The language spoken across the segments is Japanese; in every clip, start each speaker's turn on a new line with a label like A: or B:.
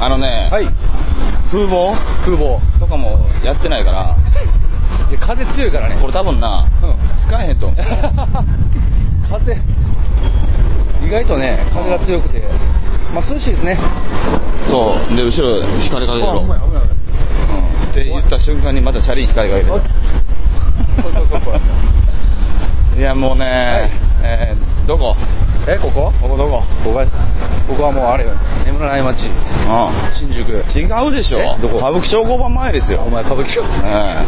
A: あのね、
B: はい
A: 風貌
B: 風貌
A: とかもやってない から、
B: いや風強いからね
A: これ多分な、
B: うん
A: 使えへんと 思う。
B: 風意外とね風が強くてまあ涼しいですね
A: そう。で、後ろ、光が出る
B: あほんまやほんまや
A: うんって言った瞬間にまたチャリに光が
B: お
A: 出
B: い
A: る。
B: 怖い怖い怖い怖い
A: いや、もうね、
B: い
A: えーどこ
B: えここ
A: ここどこ
B: ここがここはもうあれよ眠らない街
A: う
B: 新宿
A: ん。違うでしょ
B: えどこ
A: 歌舞伎町交番前ですよ。
B: お前歌舞伎町
A: え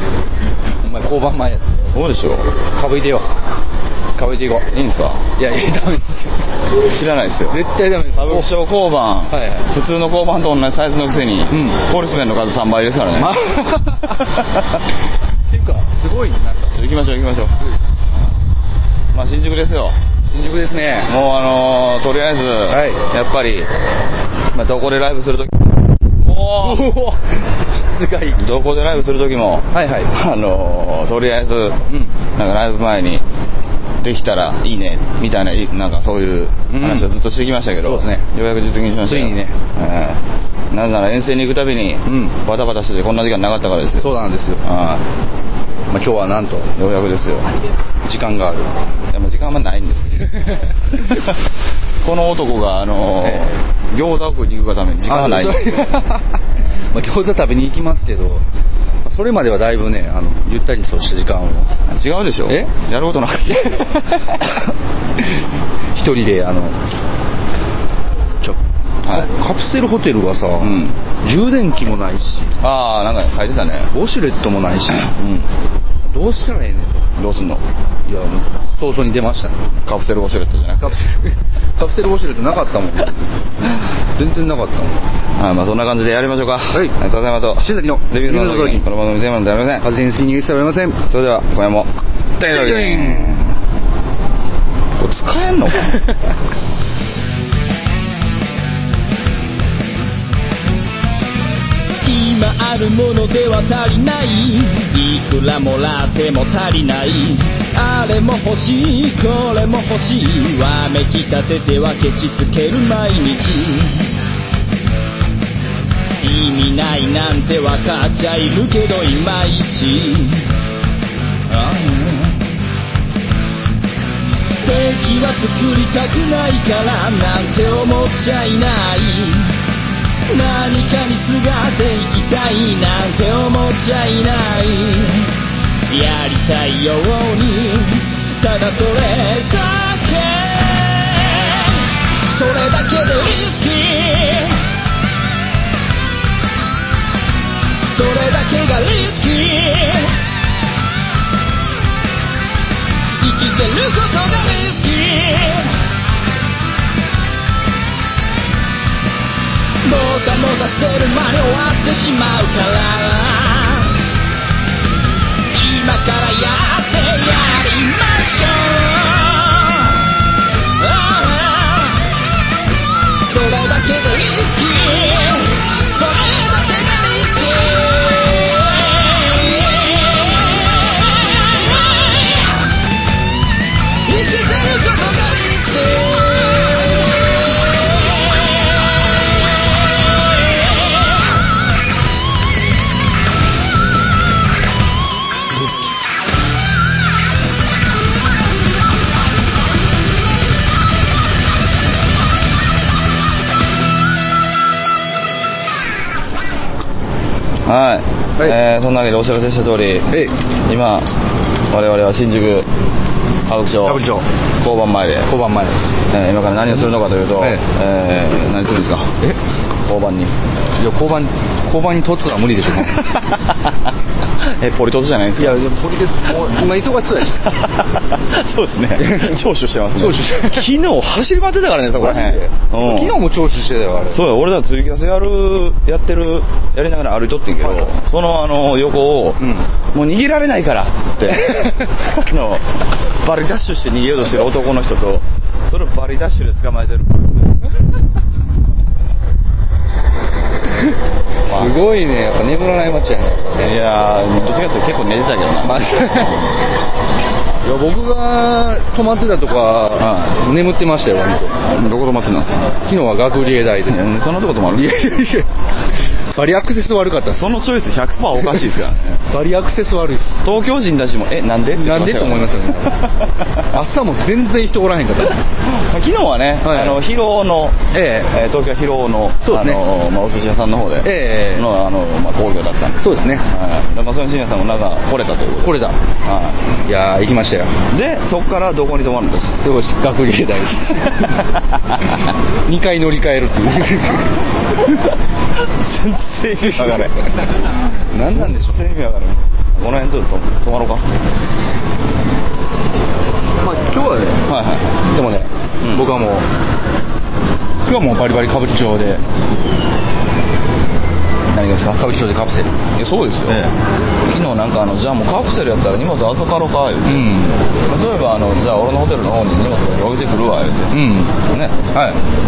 B: お前交番前や
A: えそうでしょ
B: 歌舞伎でよ歌舞伎で行こ
A: いいんですか
B: ういやいやダメです
A: 知らないですよ。
B: 絶対ダメです
A: 歌舞伎町交番、
B: はいはい
A: 普通の交番と同じサイズのくせに、
B: ん
A: ポリスメンの数3倍ですからね、
B: ま っていうかすごいねなんか
A: ちょ行きましょう行きましょう、まあ新宿ですよ
B: 新宿ですね
A: もうあのーとりあえず、
B: い
A: やっぱり、まあ、どこでライブするとき
B: お
A: おー
B: お質がいい
A: どこでライブするときも
B: はいはい
A: あのーとりあえず、
B: うん
A: なんかライブ前にできたらいいねみたいないなんかそういう話をずっとしてきましたけど、
B: うんそうですね
A: ようやく実現しましたよ
B: ついにね
A: ええなぜなら遠征に行くたびに、
B: ん
A: バタバタしててこんな時間なかったからですよ
B: そうなんですよ
A: あ
B: まあ今日はなんと
A: あようやくですよ
B: 時間がある
A: でも時間はないん ですこの男があのー
B: え
A: 餃子を食いに行くがために時間はないん
B: あ
A: です
B: そう まあ餃子食べに行きますけどまあそれまではだいぶねあのゆったりとした時間を
A: 違うでしょ
B: え
A: やることない
B: 一人であのちょ、
A: はい
B: カカプセルホテルはさ、
A: ん
B: 充電器もないし
A: ああなんか書いてたね
B: ウォシュレットもないし
A: う
B: どうしたらええねん
A: んどうすんの
B: いやもう早々に出ましたね
A: カプセルウォシュレットじゃなくて
B: カプセ ルカプセルウォシュレットなかったもん全然なかったもん
A: はい、まあそんな感じでやりましょうか。はい佐々山と、
B: 新崎の
A: レビューの
B: レビューの時
A: 時、この番組テーマなんてありません。
B: 風に過ぎに許してはおりません
A: それでは、今夜も、テレビこれ使えんの
C: 今あるものでは足りないいくらもらっても足りないあれも欲しいこれも欲しいわめきたててはケチつける毎日意味ないなんてわかっちゃいるけどいまいちああ敵は作りたくないからなんて思っちゃいない何かにすがっていきたいなんて思っちゃいないやりたいようにただそれだけそれだけでリスキーそれだけがリスキー生きてることがリスキーもたもたしてる間に終わってしまうから今からやってやりましょうああそれだけでリスキーそれだけがリスキー生きてることがリスキー
A: はい。
B: はい
A: えーそんなわけでお知らせした通り、
B: えい
A: 今、我々は新宿、歌舞伎町、
B: 歌舞伎町
A: 交番前で、
B: 交番前
A: えー今から何をするのかというと、
B: ええ
A: えー何するんですか
B: え
A: 交番に。
B: いや交番交番に突は無理でしょ
A: え、ポリトスじゃないんです
B: い
A: か
B: やいやポリでもう今忙しそうやし
A: そうです ね。聴取してますね。
B: 聴取して
A: 昨日走り回ってたからね、そこら
B: マジで
A: 辺。うん
B: 昨日も聴取してたよあれ
A: そうや俺らツイキャスやるやってるやりながら歩いとってんけど、そのあの横を、
B: ん
A: もう逃げられないから」っつって あのバリダッシュして逃げようとしてる男の人とそれをバリダッシュで捕まえてるまあ
B: すごいねやっぱ眠らない街やね
A: いやーどっちかっていうと結構寝てたけどな、
B: マジ や僕が泊まってたとか、
A: は
B: 眠ってましたよ割と
A: どこ泊まってたんですか
B: 昨日は学芸大です、
A: うんそんなとこ泊まる
B: いやいやいやバリアクセス悪かったっす
A: そのチョイス100%おかしいです からね
B: バリアクセス悪いっす
A: 東京人たちもえなんでって言
B: な
A: っ
B: ん
A: て
B: でと思い
A: ま
B: ま
A: し
B: したた
A: よ
B: ね朝も全然人おらへんかった
A: 昨日はね、
B: はい
A: あの広尾の、
B: え
A: えー東京広尾の
B: そうですね
A: あのまあ、お寿司屋さんの方で、
B: ええ
A: のあの、まあ、工業だったんです
B: そうですね
A: はいでまあ、その信也さんもなんか来れたということ
B: これだ
A: で,、はい
B: やー行きましたよ
A: い、でそこからどこに泊まるんです
B: でも学芸大です2回乗り換えるっていう
A: 全然意味わからん
B: 何なんでしょう
A: 全然意味わからんこの辺ちょっと泊まろうかは
B: まあ 今日はね
A: いは
B: でもね、
A: うん
B: 僕はもう今日はもうバリバリ歌舞伎町で何がですか歌舞伎町でカプセル
A: いいやそうですよ、
B: え
A: 昨日なんかあのじゃあもうカプセルやったら荷物預かろうか言う
B: う
A: て
B: ん
A: そういえばあのじゃあ俺のホテルの方に荷物置いてくるわ言うて
B: うん
A: ね
B: は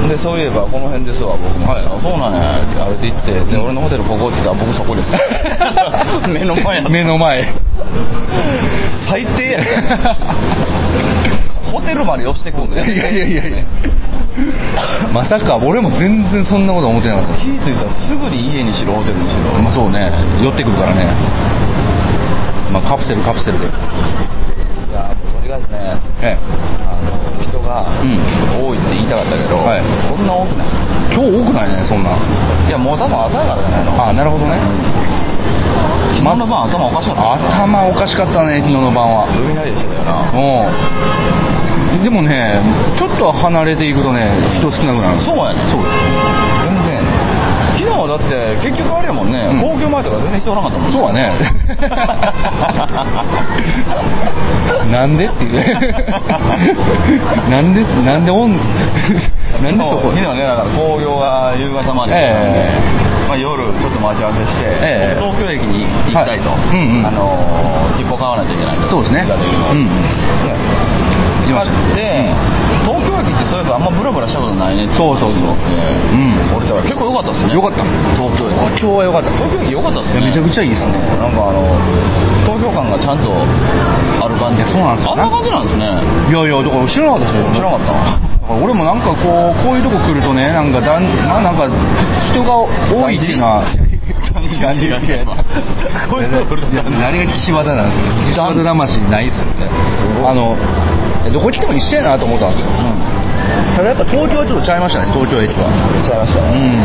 A: でそういえばこの辺ですわ僕も、
B: はい
A: あそうなんやって歩いて行って、で俺のホテルここって言ったら僕そこです 目の前や
B: い目の前
A: 最低や ホテルまで寄せてくるん
B: い
A: だ
B: や
A: よ
B: いやいやいやまさか俺も全然そんなこと思ってなかっ
A: 気ぃ付いたらすぐに家にしろホテルにしろ
B: たまあそうね寄ってくるからねまあカプセルカプセルで
A: いやもうとりあえずね
B: ええ
A: あの人が
B: うん
A: 多いって言いたかったけど、
B: はい
A: そんな多くない
B: 今日多くないねそんない
A: やもう多分朝やからじゃないの
B: ああなるほどね
A: 昨日の晩頭おかしかった
B: 頭おかしかったね昨日の晩は
A: 雷でしたよな
B: うんでもねちょっと離れていくとね人少なくなるんです
A: そうやね
B: そう
A: 全然昨日はだって結局あれやもんね、
B: うん
A: 皇居前とか全然人おらなかったもん
B: そうはねなんでっていうなんでなんでおんなんでそこ
A: 昨日はねだから紅葉が夕方まで、
B: え
A: まあ、夜ちょっと待ち合わせして、
B: ええ
A: 東京駅に行きたいと、
B: はいうんうん
A: あのー切符を買わないといけないと
B: そうですね
A: 行った時の
B: うんうん
A: ね
B: 行きました
A: で、東京駅ってそういえばあんまブラブラしたことないねって
B: そうそうそううん
A: 俺だから結構良かったですね
B: よかった
A: 東京駅
B: 今日はよかった
A: 東京駅良かったっすね
B: いやめちゃくちゃいいですね
A: なんかあの東京感がちゃんとある感じ
B: いやそうなんですよ
A: あんな感じなんですね
B: いやいやだから知らなかったですよ
A: 知らなかっ
B: だから俺もなんかこうこういうとこ来るとねなんかだん、まあ、なんか人が多いっていうのは
A: た感じ 感じが
B: いやいや
A: こういうとこ来ると
B: いや何が岸和田なんですか岸和田魂ないっすよね
A: ごい
B: あのどこ来ても一緒やなと思ったんですよ
A: うん
B: ただやっぱ東京はちょっとちゃいましたね東京駅は
A: ちゃいました
B: う
A: ね
B: ん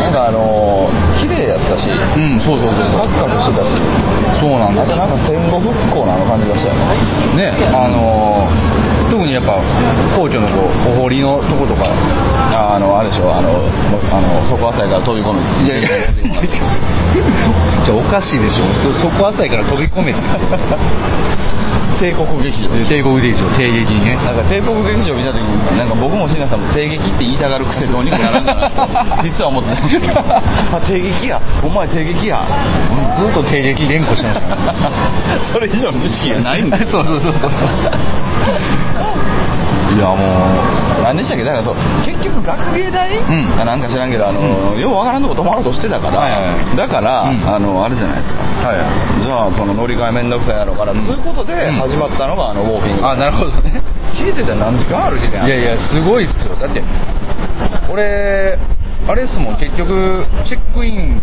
A: なんかあの綺麗やったし
B: うんそうそうそう
A: カクカクしてたし
B: そうなんで
A: あ
B: す
A: となんか戦後復興のあの感じがしたよね
B: ねあのー特にやっぱ皇居のこうお堀のとことか
A: ああのあれでしょあのもあのそこ浅いから飛び込むって
B: いやいや じゃあおかしいでしょそそこ浅いから飛び込めって
A: 帝国劇場
B: 帝国劇場帝劇にね
A: なんか帝国劇場見た時になんか僕も椎名さんも帝劇って言いたがるくせどうにもならんかなと実は思って たあ帝劇やお前帝劇や
B: ずっと帝劇連呼してましたから
A: それ以上の知識がないんだ
B: そうそうそうそういやも
A: 何でしたっけだからそう結局学芸大、
B: ん
A: あなんか知らんけどあの、ようわからんとこ泊まろうとしてたから、
B: はいはいはい
A: だから、
B: うん
A: あのあれじゃないですか
B: うは
A: じゃあその乗り換え面倒くさいやろうから、
B: ん
A: つうことで
B: うん
A: 始まったのがあのウォーキング
B: あなるほどね
A: 聞いてたら何時間歩いてたん
B: いやいやすごいっすよだって俺あれっすもん結局チェックイン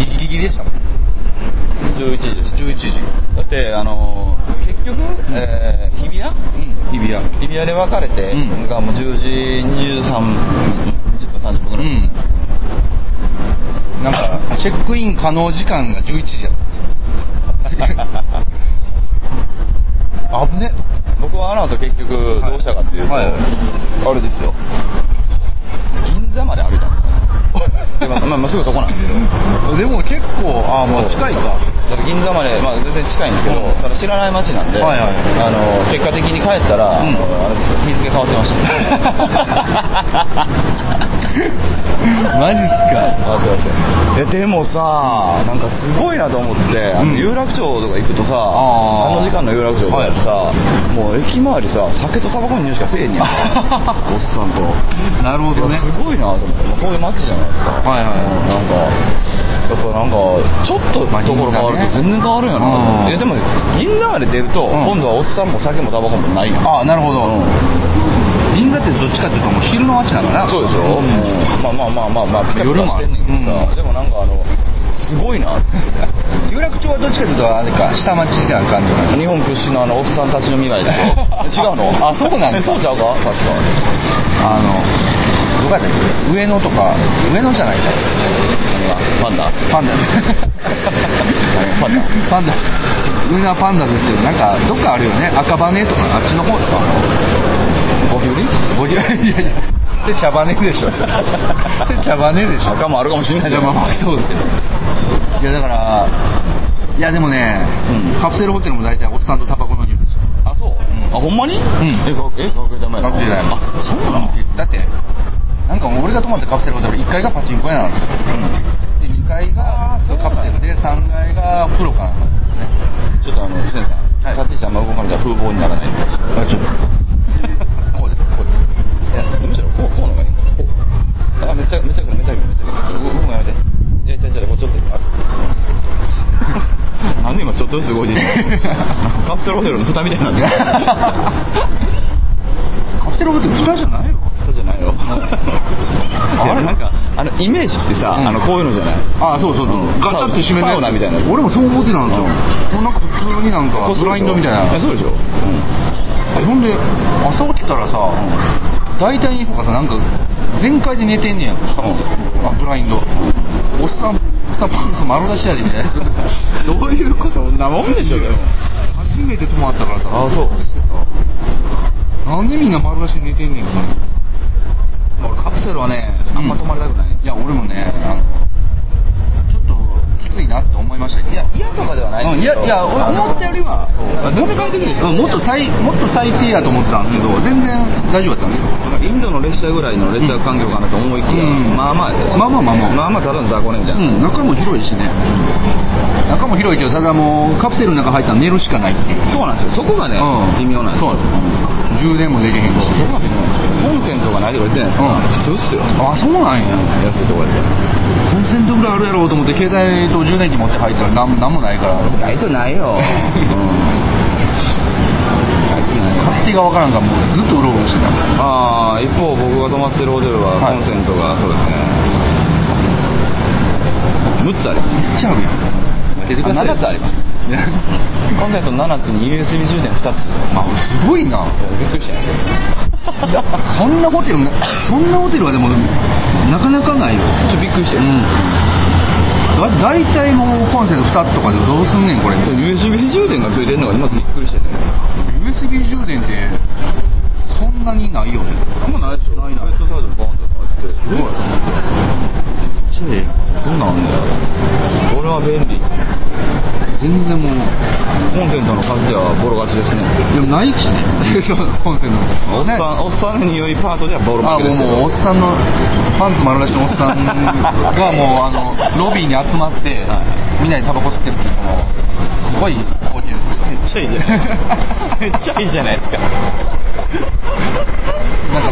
B: ギリギリでしたもん
A: 11時でした
B: 11時
A: だってあの結局、えー日比谷
B: うん日比谷
A: 日比谷で別れて、
B: うん
A: がもう10時23 20分30分ぐ
B: う
A: らい、
B: んなんかチェックイン可能時間が11時だったんですよ 危ね
A: 僕はあの後結局どうしたかっていうと、
B: はいはい
A: あれですよ銀座まで歩いたんですよでまあまあまあすぐそこなんですけど
B: でも結構あもう近いか
A: だって銀座まで、まあ、全然近いんですけど、
B: うん
A: ただ知らない街なんで、
B: はいはい
A: あの結果的に帰ったら、
B: うん
A: あのあれですよ日付変わってました マジっすかいやでもさなんかすごいなと思って、あの
B: うん
A: 有楽町とか行くとさ
B: あ
A: あ
B: ー
A: の時間の有楽町とかってさ、もう駅周りさ酒とタバコの匂いしかせえへんやん おっさんと
B: なるほど
A: い
B: ね
A: やすごいなと思って、まあ、そういう街じゃないですか
B: はいはい
A: な
B: はい
A: んかやっぱなんかちょっと
B: まあ
A: ところ変わると全然変わるんやなと思って、
B: うん
A: いやでも銀座まで出ると、
B: ん
A: 今度はおっさんも酒もタバコもないやん
B: ああなるほど、銀座ってどっちかっていうともう昼の街なのかな
A: そうでしょ、
B: ん
A: もうまあまあまあまあまあピカピカしてんねんけどさ、
B: うん
A: でもなんかあのすごいな
B: 有楽町はどっちかっていうとあれか下町的な感じなの
A: 日本屈指のあのおっさんたちの未来でしょ違うの
B: あそうなんだ
A: えそうちゃうか確か
B: あのどこやったっけ上野とか上野じゃないか
A: 何がパンダ
B: パンダ
A: パンダ
B: パンダ上野はパンダですよなんかどっかあるよね赤羽とかあっちの方とかゴキブリゴキブリいやいやそれ茶羽でしょそれそれ茶羽でしょ
A: 赤もあるかもしれない
B: い
A: じゃ
B: や
A: ん
B: まあまあそうですけどいやだからいやでもね、
A: うん
B: カプセルホテルも大体おっさんとタバコの匂いですよ
A: あそう、あほんまに、えかえ学芸大前
B: 学生時代も
A: あそうなの
B: だってなんかもう俺が泊まったカプセルホテル1階がパチンコ屋なんですよ、で2階がそうカプセルで3階が風呂かな
A: ちょっとあの先生さん、
B: はい
A: 立ち位置あんま動かれたら風貌にならないんです
B: あちょっとこうですこうです
A: いやむしろこうこうの方がいいんだあめっちゃめっちゃくるめっちゃくるめっちゃくる動くのやめていやいやいやこうちょっとあなんで今ちょっとずつ動いてるのカプセルホテルの蓋みたいになってる
B: カプセルホテル蓋じゃないよ
A: そうじゃないよ。あれなんかあのイメージってさ、
B: うん
A: あのこういうのじゃない。
B: ああそうそうそ
A: う
B: う、
A: ん
B: ガチャって閉める
A: サウナみたいな
B: 俺もそう思ってたんですよ、もうなんか普通になんかブラインドみたいな
A: あそうでしょ。
B: えほんで朝起きたらさ、大体にほかさなんか全開で寝てんねや、あブラインドおっさんおっさんパンツ丸出しやでみたいな どういうこと
A: そんなもんでしょでも
B: 初めて泊まったからさ
A: あそう
B: してさなんでみんな丸出しで寝てんねんかな、まあ俺カプセルはねあんま泊まりたくない、いや俺もねあのちょっときついなって思いましたけどいや
A: 嫌とかではない
B: うんん
A: だけ
B: い
A: ど
B: やいや俺思ったよりは
A: そう全然快適でしょ
B: うんもっと最もっと最低やと思ってたんですけど全然大丈夫だったんですよ
A: なんかインドの列車ぐらいの列車環境かなと思いきや、
B: うん
A: まあまあやで
B: まあまあまあまあ
A: まあまあただの雑魚寝みたいな、
B: うん中も広いしね中も広いけどただもうカプセルの中入ったら寝るしかないっていう
A: そうなんですよそこがね、微妙なんです
B: そう
A: よ
B: なんですよ充電もできへんし
A: そこが微妙なんですよコンセントがないとか言ってないですか、
B: うん
A: 普通っすよ
B: あそうなんや
A: 安いとこや っ
B: コンセントぐらいあるやろうと思って携帯と充電器持って入ったらなんなんもないから
A: てないとない よ、うん、ないとないよ
B: 勝手がわからんからもうずっとうろうろしてた
A: ああ一方僕が泊まってるホテルは
B: はい
A: コンセントがそうですね、6つあります
B: めっちゃあるやん開けてください
A: あ7つあり ますコンセント7つに USB 充電2つ
B: あすごいな
A: びっくりしたんやけど ち
B: そんなホテルもなそんなホテルはでもなかなかないよ
A: ょっとびっくりして
B: う
A: る、
B: んだ大体もうコンセント2つとかでどうすんねんこれ
A: それ USB 充電がついてるのがまずびっくりしてね
B: USB 充電ってそんなにないよね
A: あんまないでしょないなウェットサージもバーンとかあってす
B: ごい
A: どんなんあんだよこれは便利
B: 全然もう
A: コンセントの数ではボロ勝ちですね
B: でもないし ねそうコンセント
A: おっさん、おっさんの匂いパートではボロ
B: あ
A: 負け
B: も
A: です
B: う
A: けど
B: もうおっさんのパンツ丸出しのおっさんがもうあのロビーに集まって、
A: は
B: みんなでタバコ吸ってるっていうのもすごい光景ですよ
A: めっちゃいいじゃない めっちゃいいじゃないですか
B: なんか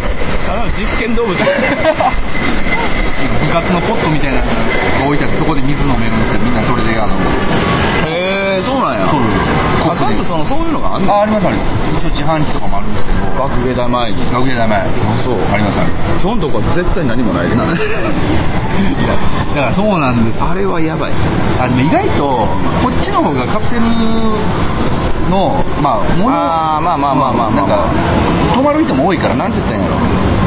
A: あの実験動物あ
B: 部活のポットみたいなのが置いてあってそこで水飲めるんですけどみんなそれであの
A: へえそうなんや
B: そう
A: あちゃんとそのそういうのがあんの
B: あありますあります一応自販機とかもあるんですけど
A: 学芸大前に
B: 学芸大前
A: あそう
B: ありますあります
A: そのとこは絶対何もない でいや
B: だからそうなんです
A: あれはやばい
B: あでも意外とこっちの方がカプセルのまあもの
A: あーまあまあまあまあまあ
B: なんか泊まる人も多いから
A: なんて言ったんやろ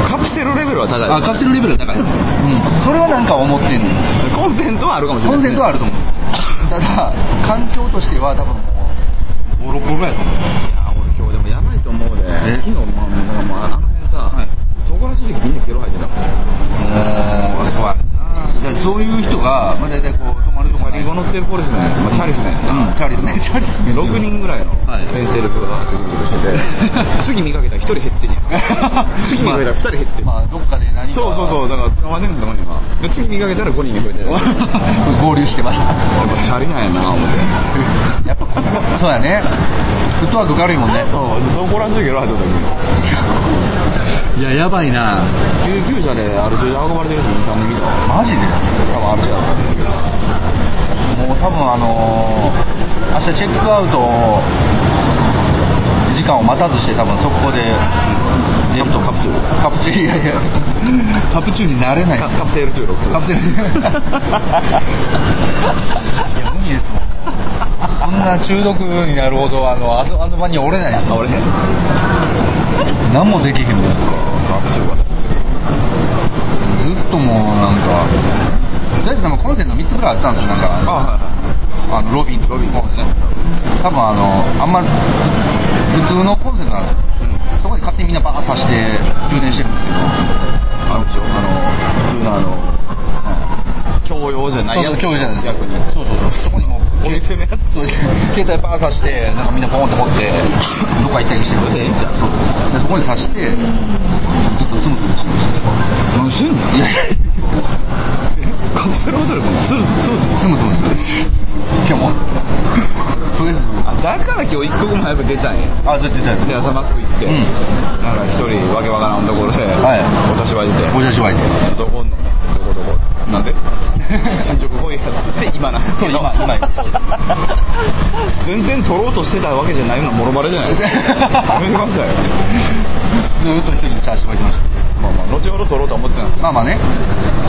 A: カプセルレベルは高い
B: あカプセルレベルが高い、うん、それはなんか思ってんねん
A: コンセントはあるかもしれない
B: コンセントはあると思うただ環境としては多分もうボロボロやと思う
A: いや俺今日でもやばいと思うで
B: え
A: 昨日まあなんかもうあの辺さ、
B: はい
A: そこらしい時みんなゲロ吐いてた
B: もうそうやなだからそういう人が、まあ、大体こう泊まると
A: マ
B: か
A: リゴのテルポリスメンのやつ、まあ、チャリスメンやな、
B: うんチャリスメン
A: チャリスメン6人ぐらいの
B: はい
A: ペンセルブワーってグルグルしてて 次見かけたら1人減ってんね や次見かけたら2人減ってる
B: まあどっかで何か
A: そうそうそうだから捕まんねんだもん今で次見かけたら5人に増え てるやっ
B: 合流してまた
A: ぱチャリなんやな思って
B: やっぱそうやねフットワーク軽いもんね
A: そうこらしいけどあとで
B: いややばいな
A: 救急車である程度運ばれてる人23人見たわ
B: マジで
A: 多分ある程度だったんだけど
B: もう多分あのー明日チェックアウトを時間を待たずして多分速攻でやっとカプチューカプチューいやいやカプチューになれない
A: カ
B: です
A: カプセル中毒
B: カプセルいや無理ですもんそんな中毒になるほどあのあそあの場に折れないです折れ何もできへんもん
A: カプセルは
B: ずっともうなんかとりあえずなんかコンセント3つぐらいあったんですよなんか
A: あはい
B: あのロビンとロビンの方でね多分あのあんま普通のコンセントなんですよ、そこに勝手にみんなバーッ刺して充電してるんですけど
A: あの 普通のあの教養じゃない
B: そ
A: や
B: うそう
A: つ
B: 今日じゃないです
A: 逆に
B: そうそうそうそこにもう
A: お店のやつ
B: そう携帯バーッ刺してなんかみんなポンって持ってどっか行ったりしてる
A: それでええんちゃう
B: そうでそこに刺してずっとつむつむしてました
A: 何してんの
B: いやいや
A: カプセルホテルかもそうそう
B: つむつむして今日もとりあえず
A: あだから今日一刻も早く出たんや
B: あ出てた
A: で朝マック行って、
B: うん
A: なんか一人わけわからんところで、
B: はい
A: お茶しばいて
B: おじゃしわいで
A: どこおんのどこどこなんで 新宿来いやって今なんですけど
B: そう今今そう
A: 全然取ろうとしてたわけじゃないのもろバレじゃないです かやめてくださいよ
B: ずーっと一人でチャーシュー巻いてました
A: まあまあ後ほど取ろうとは思ってたんです
B: まあまあね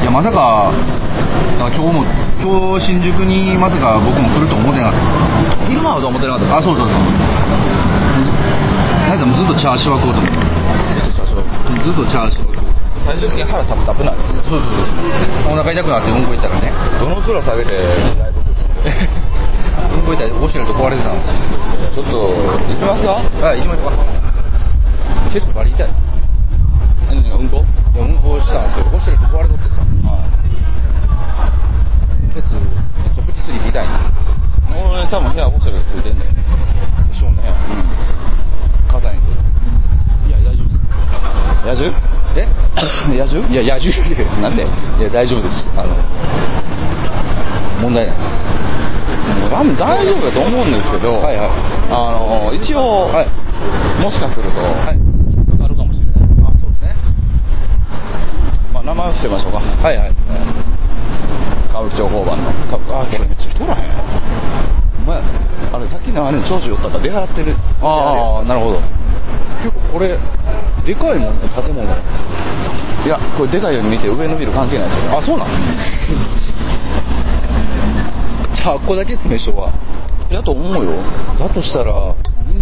B: いやまさかだから今日も今日新宿にまさか僕も来ると思ってなかった
A: けど昼間はと思ってなか
B: ですあそうそうそう大もずっとチャーシューは食おうと思ってずっとチャーシューは食おう
A: 最終的に腹タプタプなの
B: そうそうそうお腹痛くなってうんこ行ったらね
A: どの空下げてライブ
B: うんこ行ったらオシュレット壊れてたんですよ
A: ちょっと行きますか
B: はい行きましょうケツバリ痛いい
A: 何がうんこ
B: やうんこしたんですけどオシュレット壊れとってさケツめっちゃ太すぎて痛い
A: 俺多分部屋オシャレついてんだよね
B: でしょうね
A: 火山に
B: いや大丈夫です
A: 野 獣
B: え
A: 野獣
B: いや、野獣
A: なんで
B: いや、大丈夫です。あの、問題ないです。
A: 多分大丈夫だと思うんですけど、
B: はいはい
A: あの一応、
B: はい
A: もしかすると、
B: はい。
A: 引っかかるかもしれない、
B: あ、そうですね。
A: まあ、名前を伏せましょうか
B: はいはい。
A: 歌舞伎町交番の歌舞ああめっちゃ人おらへんお前あれさっきのあれ長寿よかった出払ってる
B: ああ、なるほど。結構これ、でかいもんね、建物。
A: いやこれでかいように見て上のビル関係ないですよ
B: あ、そうなのじゃあ、ここだけ詰め所は。
A: やと思うよ
B: だとしたら、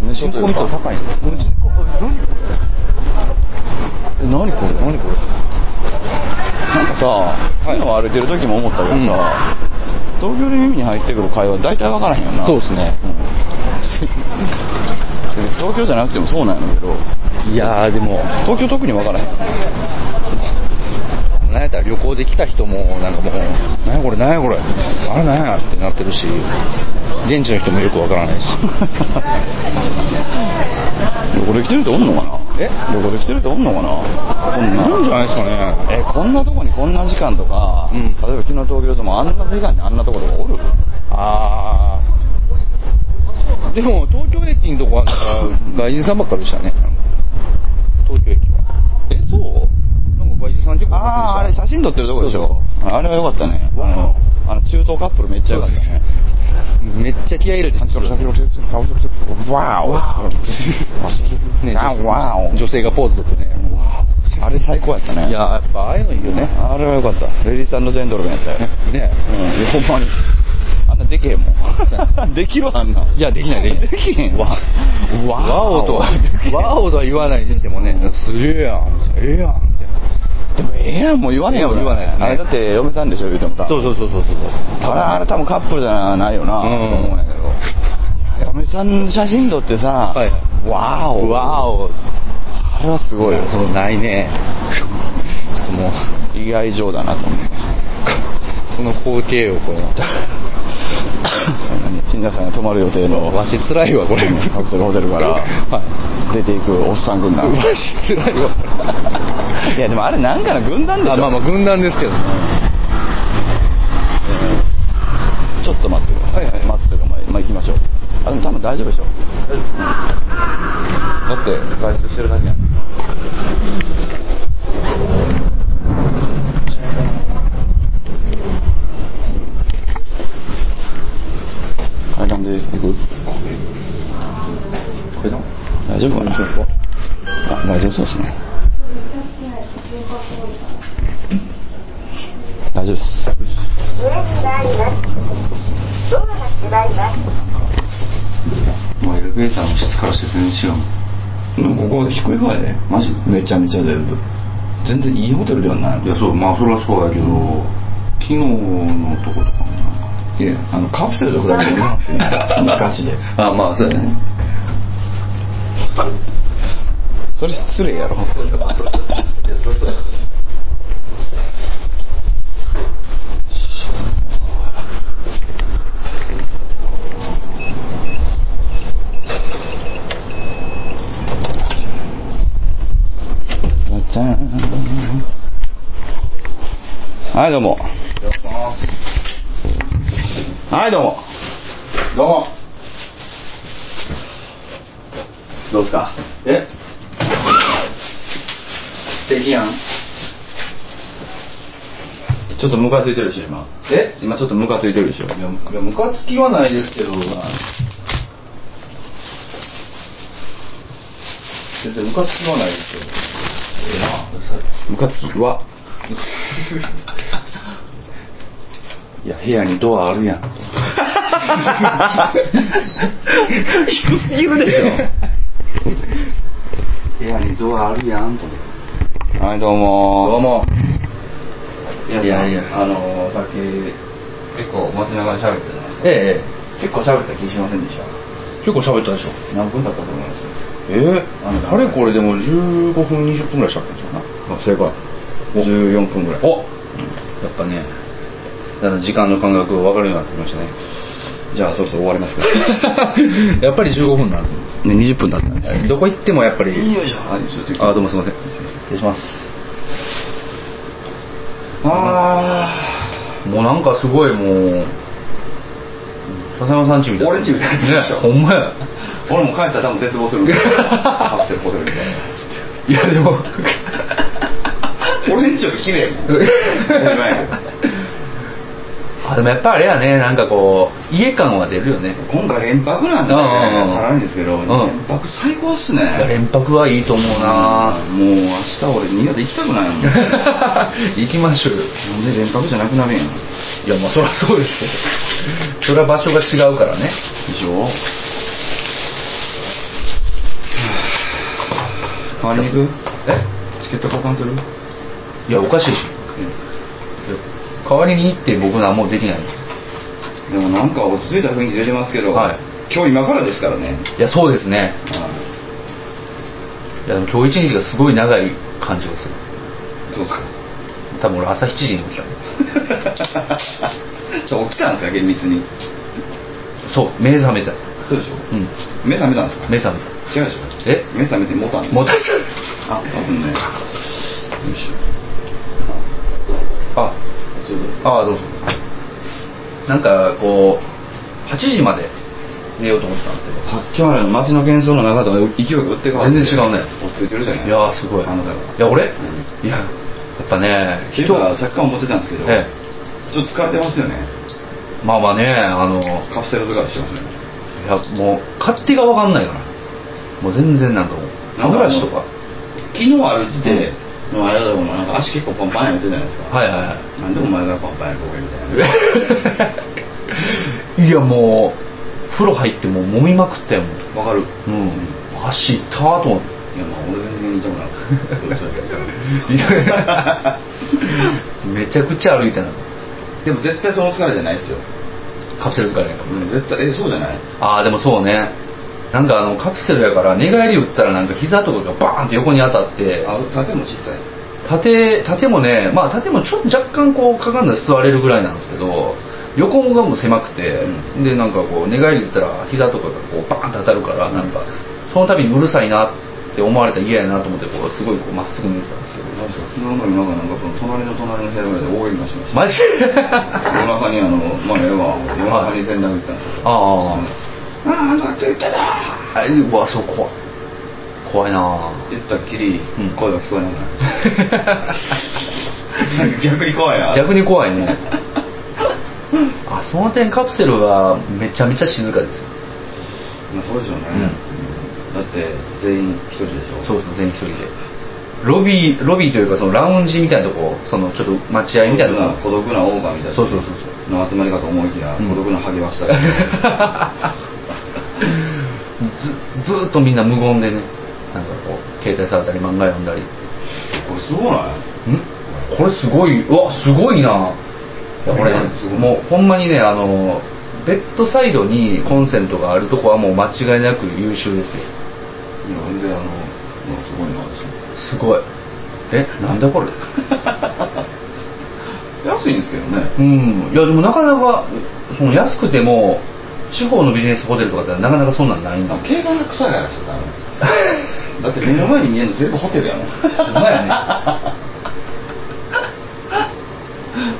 A: 飯というか
B: 高いね。
A: え何これ何これなんかさ、昨日歩いてる時も思ったけどさ、東京で耳に入ってくる会話大体分からへんよな
B: そうですね。
A: 別に東京じゃなくてもそうなんやけど
B: いやー、でも、
A: 東京特に分からへん
B: なんやったら旅行で来た人もなんかもう「なんやこれなんやこれあれなんや」ってなってるし現地の人もよくわからないし
A: 旅行できてる人おんのかな
B: え
A: 旅行できてる人おんのかなこん
B: な
A: なん
B: じゃないですかね
A: えこんなとこにこんな時間とか、
B: うん
A: 例えば昨日東京でもあんな時間にあんなところがおる
B: ああでも東京駅のとこはなんか外人さんばっかでしたね東京駅は
A: えそう
B: なんか外人さん結構
A: ああーあれ写真撮ってるとこでしょあれは良かったね
B: わ
A: あ
B: あ
A: のあの中東カップルめっちゃ良かったね
B: めっちゃ気合い入れて
A: わお
B: ね
A: あわお
B: 女性がポーズ取ってね
A: あれ最高やったね
B: いややっぱああいうのいいよね
A: あれは良かったレディースジェントルメンやったよ
B: ね
A: うんいやほんまにあんなできへんもん できるあんない
B: やできないできない
A: できへん
B: わ
A: わ
B: ワオとは
A: できへん
B: ワオとは言わないにしてもねすげえやんええやんみたいな
A: でもええやんもう言わねえよ
B: ええ言わないですね
A: あれだって嫁さんでしょ言うてもた
B: そうそうそうそうそう
A: 多分あれ多分カップルじゃないよな、
B: うん
A: と思うんやけど嫁さんの写真撮ってさ、
B: はい
A: わお
B: ワオ
A: あれはすごいよ
B: そのないねちょっともう
A: 意外上だなと思います
B: この光景をこの
A: 新田さんが泊まる予定の
B: わしつらいわこれ
A: カプセルホテルから
B: は
A: 出ていくおっさん軍団
B: いわしつらいわ
A: いやでもあれなんかの軍団でしょ
B: あまあまあ軍団ですけど
A: ちょっと待ってください、
B: はいはい
A: 待つというか、まあ、まあ、行きましょうあでも多分大丈夫でしょだって外出してるだけやん階段で行く
B: これな
A: 大丈夫かなあ大丈夫そうですね大丈夫です
D: 上になります。ドアが閉まります。
B: もうエレベーターの質からして全然違うもん
A: うんここ低い方やで
B: マジ
A: めちゃめちゃ全部全然いいホテルではない
B: いやそうまあそりゃそうやけど昨日のとことかもなんか
A: いやあのカプセルと比べて俺なんてね ガチで
B: あまあそうやね
A: それ失礼やろはいどうもはいどうも
B: どうも
A: どうですか
B: え素敵やん
A: ちょっとムカついてるでしょ今
B: え
A: 今ちょっとムカついてるでしょ
B: いやいやムカつきはないですけど全然ムカつきはないですけどええなうるさい
A: ムカつきはい
B: や部屋にドアあるやん低すぎるでしょ部屋にドアあるやんと
A: はいどうも
B: どうも
A: 皆さん
B: いやいや
A: あのーさっき結構待ちながら喋ってたじゃないですか
B: ええ
A: 結構喋った気しませんでした
B: 結構喋ったでしょ
A: 何分だったと思います
B: ええあれこれでも15分20分ぐらい喋ったんですよな
A: あ正解14分ぐらい
B: おやっぱねだんだん時間の感覚が分かるようになってきましたね
A: じゃあそろそろ終わりますか
B: やっぱり15分なんです
A: ね20分だったんで
B: ねどこ行ってもやっぱり
A: よいしょあ
B: あどうもすいません
A: 失礼しますあ
B: もうなんかすごいもう笹山さんちみたいな
A: 俺んちみたいな
B: ね ほんまや
A: ー俺も帰ったら多分絶望するカプセルホテルみたい
B: いやでも
A: な 俺んちより綺麗やもん当たり前やけど
B: あでもやっぱあれやねなんかこう家感は出るよね
A: 今回連泊なんで、
B: うんうんうん
A: さらにですけど、
B: うん
A: 連泊最高っすね
B: いや連泊はいいと思うな
A: もう明日俺新潟行きたくないもんなん
B: 行きましょうよ
A: で連泊じゃなくなるやん
B: いやまあそりゃそうですよそれは場所が違うからね
A: でしょ代わりに行く
B: え
A: チケット交換する
B: いやおかしいでしょ代わりに行って僕何もできない
A: でもなんか落ち着いた雰囲気出てますけど、
B: はい
A: 今日今からですからね
B: いやそうですねいやでも今日一日がすごい長い感じがする
A: そうか
B: 多分俺朝7時に起き た
A: ちょ起きたんですか厳密に
B: そう目覚めた
A: そうでしょ
B: うん
A: 目覚めたんですか
B: 目覚め
A: 違うでしょ
B: え
A: 目覚めて持たんで
B: た
A: す
B: もう大
A: あ多分ねよいしょ
B: あ
A: ちょっと
B: ああどうぞなんかこう8時まで寝ようと思ってたんですけど
A: さっきまでの街の喧騒の中では勢いが打って変わって
B: 全然違うね
A: 落ち着いてるじゃない
B: いやーすごい
A: あなたが
B: いや俺
A: う
B: いややっぱね
A: っていうかさっきから思ってたんですけど、
B: え
A: ちょっと疲れてますよね
B: えまあまあねあのい
A: カプセル疲れしてますよね
B: やもう勝手が分かんないからもう全然なんかもう歯ブラシとか
A: 昨日歩いてて、の間でもなんか足結構パンパンやってたじゃないですか、
B: はいはいはい
A: なんでお前がパンパンやるかみたいない
B: やもう風呂入ってもう揉みまくったよも う
A: わかる
B: うん足痛ーと思って
A: いやまあ俺全然痛くなかったそうやけ
B: いやめちゃくちゃ歩いたな
A: どでも絶対その疲れじゃないですよ、
B: カプセル疲れやから
A: うん、絶対えそうじゃない
B: ああでもそうねなんかあのカプセルやから寝返り打ったらなんか膝とかがバーンって横に当たって
A: あ縦も小さい
B: 縦縦もねまあ縦もちょっと若干こうかかんだら座れるぐらいなんですけど横がもう狭くて、でなんかこう寝返り打ったら膝とかがこうバーンって当たるから、なんかその度にうるさいなって思われたら嫌やなと思ってこうすごいこうまっすぐ見てたんですけど
A: なんか昨日の夜中なんかその隣の隣の部屋ぐらいで大喧嘩しました
B: マジで
A: 夜中にあのまあええわ夜中に洗濯行ったんですよ
B: あ
A: あああの人言ったな
B: ああうわそう怖い怖いな ぁ
A: 言ったっきり
B: うん
A: 声が聞こえなくなる なんか逆に怖いな
B: 逆に怖いねあその点カプセルはめちゃめちゃ静かですよ
A: まあそうでしょうね、だって全員一人でしょ
B: そうですね全員一人でロビーロビーというかそのラウンジみたいなとこそのちょっと待合みたいなとこ
A: 孤独なオーガみたいな
B: そうそうそう
A: の集まりかと思いきや、
B: うん
A: 孤独な励ま したし
B: ずずーっとみんな無言でねなんかこう携帯触ったり漫画読んだりん
A: これすごない
B: これすごいうわすごいな俺
A: すごい
B: もうほんまにねあのベッドサイドにコンセントがあるとこはもう間違いなく優秀ですよ
A: いやほんであの、まあ、すごいな私
B: すごいえなんだこれ
A: 安いんですけどね
B: うんいやでもなかなかその安くても地方のビジネスホテルとかってなかなかそんなんないん だ
A: あ景観が臭いからですよ多分だって目の前に見えるの全部ホテルやもん
B: ほんまや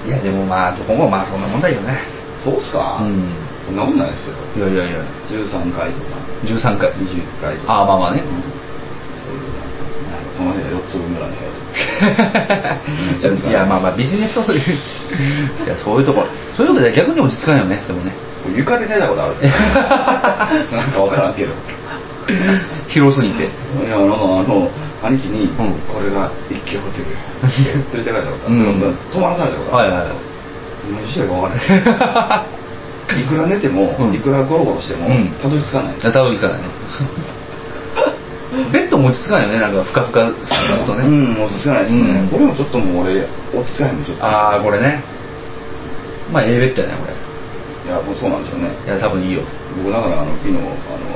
B: いやでもまあどこもまあそんなもんだよね
A: そうっすか、
B: うん
A: そんなもんないですよ
B: いやいやいや
A: 13回とか
B: 13回
A: 20回とか
B: ああまあまあね
A: うんそういうなんかこの部屋4つ分ぐらいの部屋とか
B: いやまあまあビジネスホテ ルいやそういうとこそういうとこで逆に落ち着かないよねでもね
A: 床で寝たことある なんかわからんけど
B: 広すぎ て
A: いやあのあの兄貴に、
B: うん
A: これが一級ホテ ルや」って連れて帰ったことある、
B: うん
A: 泊まらされたことある
B: はいはいはい
A: 何してるか分からないいくら寝ても、
B: うん
A: いくらゴロゴロしても、
B: うん
A: たどり着かない
B: たどり着かない ねベッドも落ち着かないよねなんかふかふかするとね、
A: うん落ち着かないですね、
B: うん
A: これもちょっともう俺落ち着かないもんちょっと
B: ああこれねまあ A ベッドやねこれ
A: いやもうそうなんでしょうね
B: いや多分いいよ
A: 僕だからあの昨日あの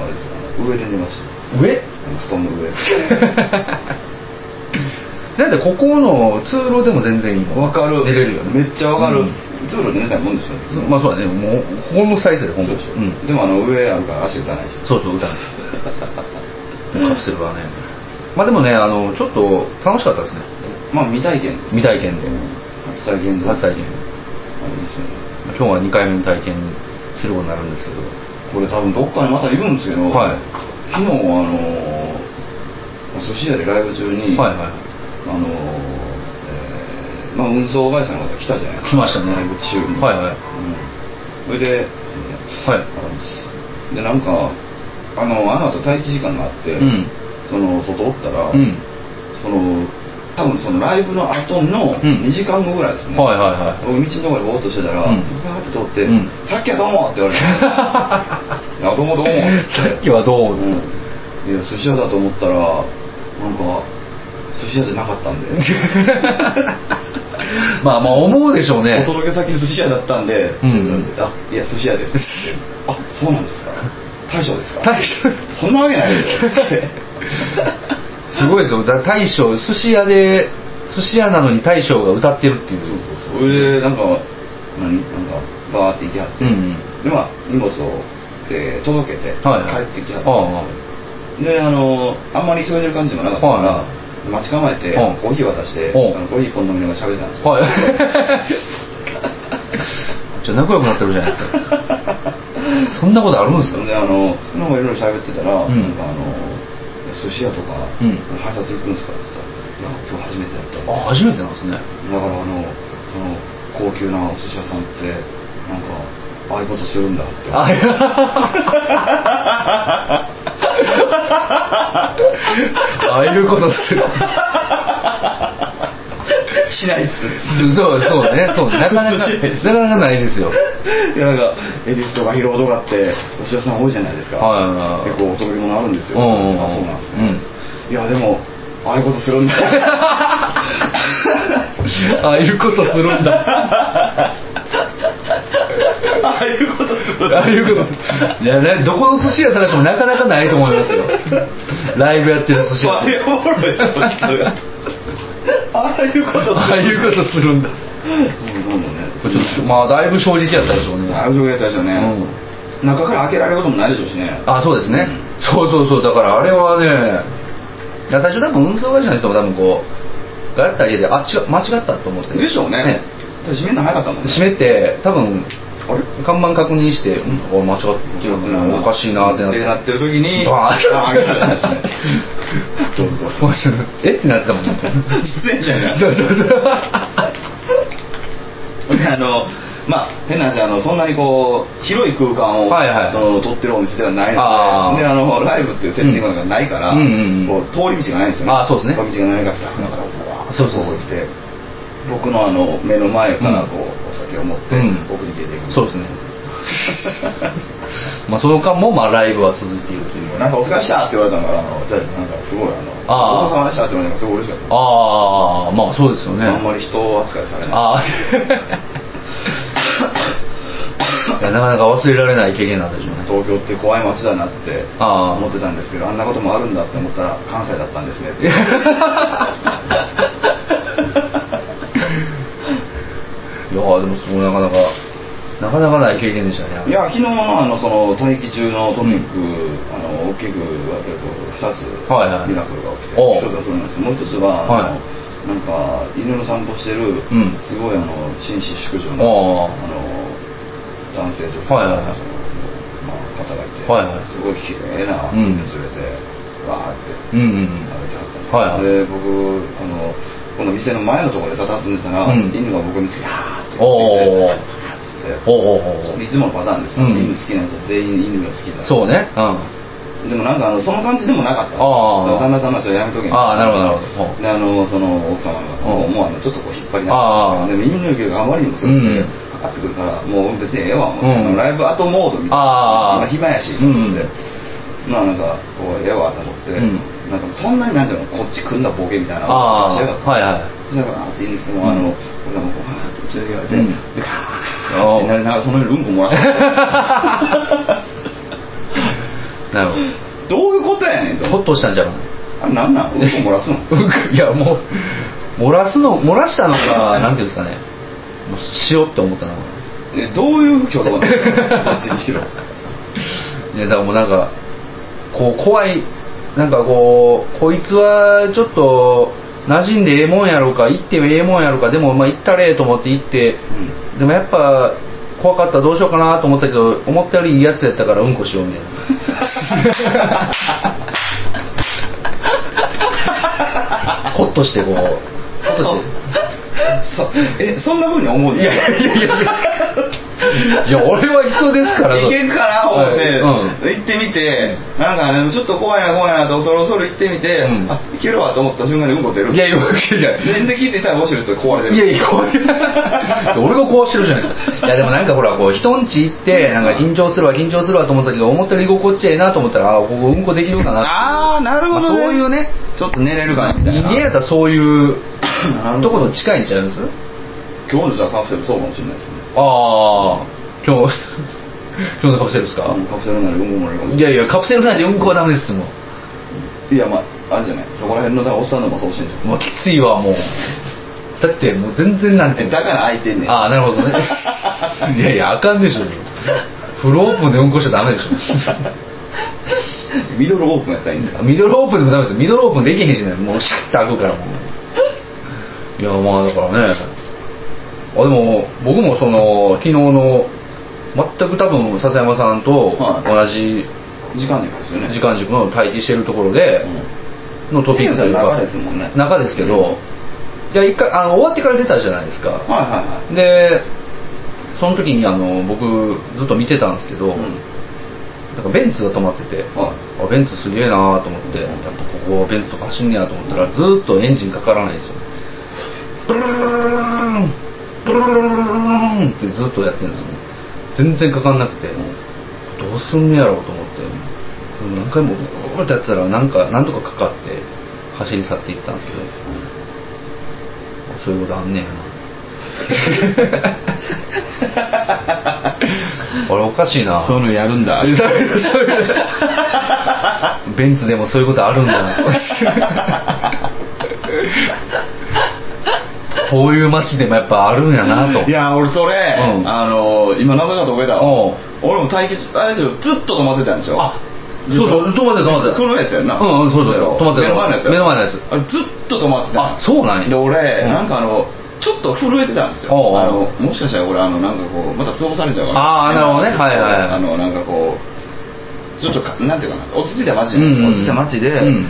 A: あれですよあの上で寝ました
B: 上
A: あの布団の上
B: だってここの通路でも全然いいもん
A: わかる
B: 寝れるよね
A: めっちゃわかる、
B: うん
A: 通路で寝たいもんですよね
B: まあそうだねもうここのサイズでほん
A: そう
B: と
A: でしょ、
B: うん
A: でもあの上あるから足打たないでしょ
B: そうそう歌うカプセルはねまあでもねあのちょっと楽しかったですね
A: まあ未体験です
B: 未体験で
A: 初体験
B: 初体
A: あいい
B: 験
A: っすね
B: 今日は2回目の体験することになるんですけど
A: これ多分どっかにまた言うんですけど、
B: はい
A: 昨日あのお寿司屋でライブ中に、
B: はいはい
A: あのえーまあ、運送会社の方が来たじゃないですか
B: 来ましたね
A: ライブ中に
B: はいはい
A: うんそれですいません
B: はい
A: あのでなんかあのあの後待機時間があって、
B: うん
A: その外おったら、
B: うん
A: その多分そのライブの後の
B: うん
A: 2時間後ぐらいですね、
B: はいはいはい
A: 僕道の方でぼーっとしてたら、
B: うん
A: そこからって通って、
B: うん
A: さっきはどうもって言われて いやどうもどうもっつ
B: さっきはどうもっつっ
A: う
B: て
A: んいや寿司屋だと思ったらなんか寿司屋じゃなかったんで
B: まあまあ思うでしょう ね
A: お届け先寿司屋だったんで、
B: うん
A: あいや寿司屋ですって あそうなんですか大将ですか
B: 大将
A: そんなわけない ですよって
B: すごいですよだ大将寿司屋で寿司屋なのに大将が歌ってるっていう
A: それでなんか何なんかバーって行きはって、
B: うんうん
A: でまあ荷物を、えー届けて帰
B: はいはい
A: ってきはったんですよ、であのあんまり急いでる感じでもなかったから、
B: は
A: 待ち構えて
B: うん
A: コーヒー渡して、
B: うん
A: あのコーヒー一本飲みながら喋ってたんですよ、
B: はい じゃあ仲良くなってるじゃないですかそんなことあるんですか
A: それであのなんかいろいろ喋ってたら、
B: う
A: な
B: ん
A: んかあの寿司屋とか、
B: うん
A: 配達行くんですかって言ったら「いや今日初めてだったんで」
B: あ初めてなんですね
A: だからあのその高級なお寿司屋さんってなんかああいうことするんだって
B: あああいうことす る
A: しないっ
B: そうそうねそうなかなかなかなかないですよ
A: いやなんか恵比寿とか広尾とかってお寿司屋さん多いじゃないですか、
B: はいはいはい
A: 結構お届け物あるんですよ、
B: うんうんうん
A: あそうなんですね、いやでもああいうことするんだ
B: ああいうことする んだ
A: ああいうことするんだ
B: ああいうこといやねどこの寿司屋探してもなかなかないと思いますよライブやってる寿司屋
A: あれおもろいなああいうことする
B: ああいうことするんだ
A: うんどんどんね
B: これちょっとまあだいぶ正直やったでしょうね
A: あそうやったですよね、中から開けられることもないでしょうしね
B: あそうですね、
A: うん
B: そうそうそうだからあれはねだから最初多分運送会社の人も多分こうがやった家であ違う間違ったと思って
A: でしょうね私閉めるの早かったもんね
B: 閉めて多分
A: あれ
B: 看板確認して「うんおい間違っておかしいな」ってなって
A: なってる時に
B: バーン
A: あ開けられたんですねどうぞどうぞ
B: もうちょっとえってなってたもんね
A: 出演者やな
B: そうそうそう
A: で あのまあ変な話あのそんなにこう広い空間を、
B: はいはい
A: その撮ってるお店ではないの
B: あー
A: でであのライブっていうセッティングなんかないから、
B: うんうんうん
A: こう通り道がないんですよね
B: あーそうですね
A: 通り道がないからスタッフだからこうわーっと
B: そうそうそう
A: こ来て僕のあの目の前からこう、
B: う
A: お酒を持って
B: うん
A: 奥に出ていく、
B: そうですねまあその間もまあライブは続いていると いう
A: なんかお疲れっしたって言われたからあのじゃあなんかすごいあの
B: あー
A: お疲れ様でしたって言われたのがすごい嬉しかった
B: ああまあそうですよね
A: あんまり人扱いされない
B: ああいやなかなか忘れられない経験なんでしょうね
A: 東京って怖い街だなって
B: あー
A: 思ってたんですけどあんなこともあるんだって思ったら関西だったんですねって
B: いやーでもそこなかなかなかなかない経験でしたね
A: いや昨日のあのその待機中のトピック、あの大きく分けると2つ
B: はいはい
A: ミラクルが起きて、
B: おう
A: 一つはそれなんですけどもう一つは、あの
B: はい
A: なんか犬の散歩してる、
B: ん
A: すごいあの紳士淑女
B: お
A: の
B: う
A: あの男性女性の、
B: はいはいはい
A: そのまあ、方がいて、
B: はいはい
A: すごい綺麗な
B: うん
A: 連れて、わーって。
B: うんうん
A: 歩いてはったんですよ、
B: はいはい
A: で僕あのこの店の前のところで佇んでたら、
B: うん
A: 犬が僕につけて「あー」って
B: お
A: 言っ
B: ー
A: てきて「あー」っつって
B: おうおうおうおう
A: いつものパターンですよ、
B: うん
A: 犬好きなやつは全員犬が好きだ
B: そうねうん
A: でもなんかあのその感じでもなかった
B: あー
A: 旦那さんがそれやめとけ
B: あーなるほどなる
A: であ
B: ほど
A: のその奥様がもう
B: うん
A: もうあのちょっとこう引っ張りながら
B: あー
A: で耳の毛があまりにもすごくて
B: うん
A: かかってくるからもう別にええわもう、
B: うん
A: ライブ後モードみたいな
B: あー
A: 今暇やしと思って、
B: うん
A: まあなんかこうええわと思って、
B: うん
A: なんかそんなになんていうのこっち組んだボケみたいな
B: あ
A: し
B: あ
A: やがった
B: はいはい
A: そしたらバーって犬来てもあ
B: うん
A: の奥様がこうバーって連れて行かれて、
B: うん
A: でカーってなりながらそのようにうんこ漏らして
B: なる
A: どういうことやねん
B: ほどほっとしたんじゃない
A: あれなんなんうんこ漏らすの
B: いやもう漏らすの漏らしたのかなんていうんですかねもうしようって思ったのか
A: えどういう挙動なのどっちにしろ
B: いやだからもうなんかこう怖いなんかこうこいつはちょっと馴染んでええもんやろうか行ってもええもんやろうかでもまあ行ったれと思って行って、でもやっぱ怖かったどうしようかなと思ったけど思ったよりいいやつやったからうんこしようみたいなほっとしてこうほっとして
A: そえそんなふうに思うん
B: いやいやいやいやいや俺は人ですから
A: いけるかな思って、
B: はい
A: 行ってみてなんかねちょっと怖いな怖いなと恐る恐る行ってみて、
B: うん
A: あいけるわと思った瞬間にうんこ出
B: う
A: る
B: んいやいやいやいや
A: 全然聞いてたらウォシュレットで壊れてる
B: いやいや、こう 俺がこうしてるじゃないですか。いや、でもなんかほら、こう、人んち行って、なんか緊張するわ、緊張するわと思ったけど、思ったより心地ええなと思ったら、あここうんこできるかな。
A: ああなるほど、ね
B: まあそういうね
A: ちょっと寝れるかなみたい
B: 人
A: な
B: 間やったらそういう
A: なるほど
B: ところ近いんちゃいます
A: 今日のじゃあカプセルそうかもしれないですね
B: ああ、今日、今日のカプセルですか、
A: カプセルなりうんこもらるかもしれない
B: いやいや、カプセルなんでうんこはダメですもん。
A: いやまああるじゃないそこら辺のだからおっさんのもそうしてんじ
B: もうきついわ、もう。だってもう全然なん
A: ゃ
B: てい
A: ん
B: うの
A: だから空いてんねん
B: ああ、なるほどね。 いやいや、あかんでしょ。フルオープンでうんこしちゃダメでしょ。
A: ミドルオープンやったらいいんですか
B: ミドルオープンでもダメですよミドルオープンできへんしねもうシャッて開くからもういやまあだからねあでも僕もその昨日の全く多分笹山さんと同じ
A: 時間軸ですよね
B: 時間軸の待機してるところでのトピックという
A: 中
B: か
A: ですもんね
B: 中ですけ
A: うん
B: どいや一回あの終わってから出たじゃないですか
A: はいはいはい
B: でその時にあの僕ずっと見てたんですけど、なんかベンツが止まってて、
A: は
B: あベンツすげえなーと思って、やっぱここベンツとか走んねやと思ったら、ずーっとエンジンかからないんですよ。ブルルルルルルルン、ブルルルルルルルンってずっとやってるんですよね。全然かかんなくて、どうすんねやろうと思って、でも何回もブーってやってたら、なんか、なんとかかかって、走り去っていったんですけど、そういうことあん ねやな。あれおかしいな。
A: そういうのやるんだ
B: そういうそういうベンツで もそういうことあるんだなこういう街でもやっぱあるんやなと
A: いや俺それ、
B: うん
A: あの今謎だと覚えた
B: おう
A: わ俺も待機室あれですよずっと止まってたんですよ
B: あそうそう止まってた止まってた
A: このやつやんな
B: うんうんそうそう
A: やろ
B: 止まってた
A: 目の前のやつや
B: 目の前のやつ
A: あれずっと止まってた
B: あそうなんや
A: で俺、
B: うん
A: なんかあのちょっと震えてたんですよ
B: おうおう
A: あのもしかしたら俺あのなんかこうまた通報されちゃうから
B: あーなるほどねはいはいはい
A: あのなんかこうちょっとかなんていうかな落ち着いた街、
B: うんうん
A: 落ち着いた街で、
B: うん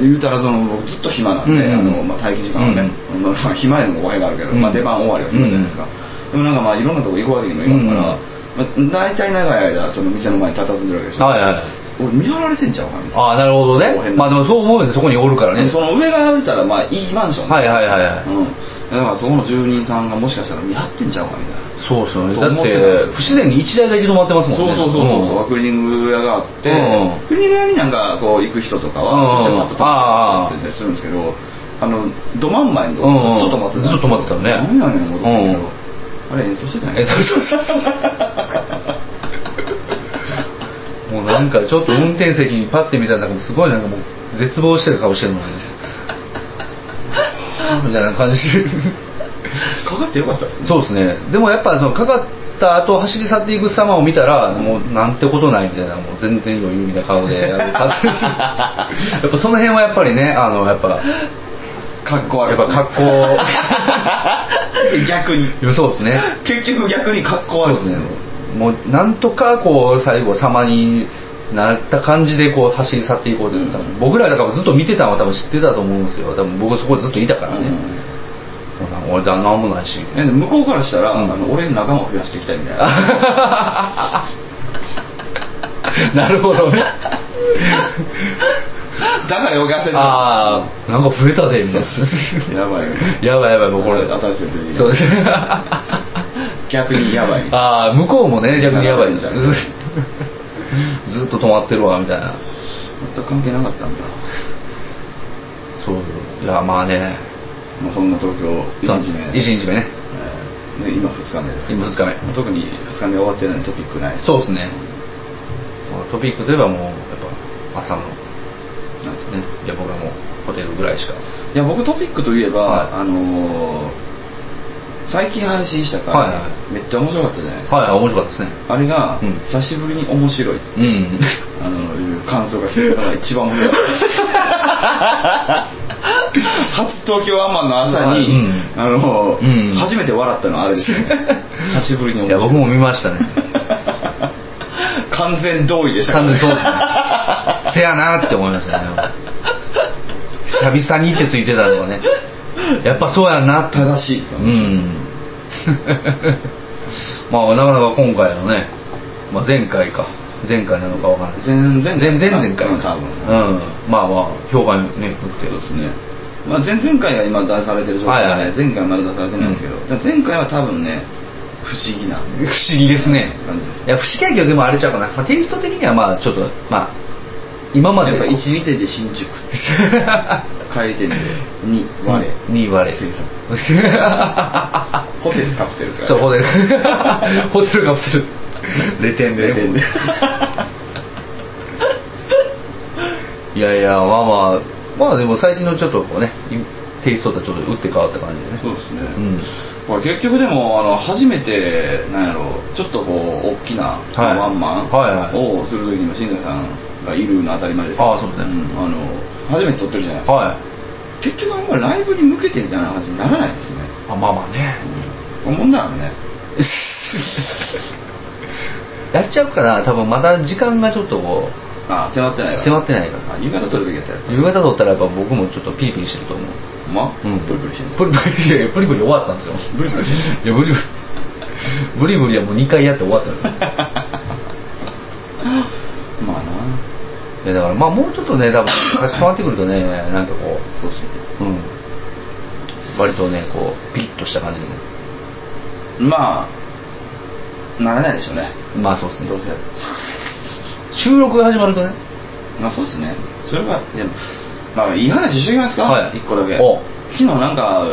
A: 言うたらその僕ずっと暇なんで、
B: うんうん
A: あのまあ、待機時間はね、まあまあ、暇でも語弊があるけど、
B: うん
A: まあ、出番終わりは暇じゃないですか、でもなんかまあいろんなとこ行くわけにもいかんから、まあ、大体長い間その店の前に佇んでるわけでしょ、
B: はいはい
A: 俺見張られてんちゃうかなみたいな
B: ああなるほど
A: 後
B: ね
A: 編
B: まあでもそう思うよねそこにおるからね
A: その上が見たらまあいいマンション
B: はいはいはいはい
A: うん、だからそこの住人さんがもしかしたら見張ってんちゃうかみたいな
B: そうっすよね
A: と
B: だ
A: 思
B: っ
A: って
B: て
A: た
B: 不自然に一台だけ止まってますもん
A: そう
B: ね
A: そうそうそうそう、
B: ん
A: クリーニング屋があって、
B: うんうん
A: クリーニング屋になんかこう行く人とかは、
B: うん
A: ち
B: うん
A: ょっとパッとパッとってたりするんですけどあのど真ん前にずっと止まってたんですよ
B: うんうんずっと止まってたよね
A: 何やねん思ったんだけ
B: うんうん
A: どあれ演奏してたね
B: えそうそうそうもうなんかちょっと運転席にパッて見たらなんかもうすごいなんかもう絶望してる顔し てるのねみたいな感じで
A: かかってよかったですね
B: そうですねでもやっぱそのかかった後走り去っていく様を見たらもうなんてことないみたいなもう全然余裕みたいな顔でやっ ぱその辺はやっぱりねあのやっぱ
A: かっこ悪
B: やっ
A: い
B: ぱ
A: ですね
B: 格好
A: 逆に
B: そうですね
A: 結局逆にかっこ
B: そ
A: 悪い
B: うですねもうなんとかこう最後様になった感じでこう走り去っていこうという、多分僕らだからずっと見てたのは多分知ってたと思うんですよ多分僕そこずっといたからね、もうなんか俺だなんもないし
A: えでも向こうからしたら、
B: うん
A: あの俺の仲間を増やしていきたいみたいな
B: なるほどね
A: だからよけ焦ってた
B: ああなんか増えたで みたいな
A: やばいよね
B: やばいやばいもうこれ
A: 新しいやつ出てきた
B: そうです
A: 逆にやばい
B: ああ向こうもね逆にやばいです
A: やばいんじ
B: ずっと止まってるわみたいな
A: 全く関係なかったんだ、
B: そういやまあね
A: まあ、そんな東京1日目
B: 1日目ね
A: えーね今2日目です
B: 今2日目
A: まあ特に2日目終わってないトピックない
B: そうですねまあトピックといえばもうやっぱ朝のね
A: なんですね
B: いや僕はもうホテルぐらいしか
A: いや僕トピックといえば、
B: はい
A: あのー最近配信した回、
B: はいはい
A: めっちゃ面白かったじゃないですか、
B: はい面白かったですね
A: あれが、
B: うん
A: 久しぶりに 面白い
B: うん
A: あのいう感想が聞いたのが一番面白か った初東京アンマンの朝に、
B: うん
A: あの
B: うん
A: 初めて笑ったのはあれ ですよ久しぶりに
B: いや
A: 面白
B: 僕も見ましたね
A: 完全同意でした
B: 完全にそうですねせやなって思いましたね久々にってついてたのがねやっぱそうやなって
A: 正しい、
B: うんまあなかなか今回のね、まあ、前回か前回なのかわかんない
A: 全然
B: 前前々回
A: うん多分
B: うんまあまあ評判ね良くて
A: そうですね、まあ、前々回が今出されてる状態で、
B: はいはい
A: 前回はまだ出されてないんですけど、だから前回は多分ね不思議な
B: 不思議ですね
A: 感じです
B: いや不思議やけどでもあれちゃうかな、まあ、テイスト的にはまあちょっとまあ今まで
A: やっぱ 一二点で新宿回転で2割れ、
B: に割れ
A: 制作 ホ
B: ホ
A: テルカプセルって書いてある
B: そうホテル ホテルカプセルレテンで
A: レテンで
B: いやいやまあまあまあでも最近のちょっとこうねテイストとはちょっと打って変わった感じでね
A: そうですね、
B: ん
A: これ結局でもあの初めてなんやろちょっとこう大きな
B: はい
A: ワンマン
B: はいはい
A: をする時にも新谷さんがいるのは当たり前ですけど
B: ああそうですね
A: んあの初めて撮ってるじゃないですか、
B: はい
A: 結局あんまりライブに向けてみたいな感じにならないですね
B: あまあまあね
A: 思うんだろうね
B: やっちゃうから多分まだ時間がちょっとこう
A: あ迫ってないから
B: 迫ってないから
A: あ夕方撮るべきやったよ
B: 夕方撮ったらやっぱ僕もちょっとピリピリしてると思う
A: ほんま
B: うん
A: プリプリしてんの
B: プリプリいやいやプリプリ終わったんですよ
A: ブリブリしてんの
B: いやブリブリブリブリはもう2回やって終わったんですよ
A: まあない
B: やだからまあもうちょっとね多分差し迫ってくるとねなんかこ
A: そうっすね
B: ううん割とねこうピリッとした感じにね
A: まあならないでしょうね
B: まあそうですね
A: どうせ
B: 収録が始まるとね
A: まあそうですねそれはでもまあいい話しときますか、
B: はい
A: 一個だけ
B: お
A: 昨日なんか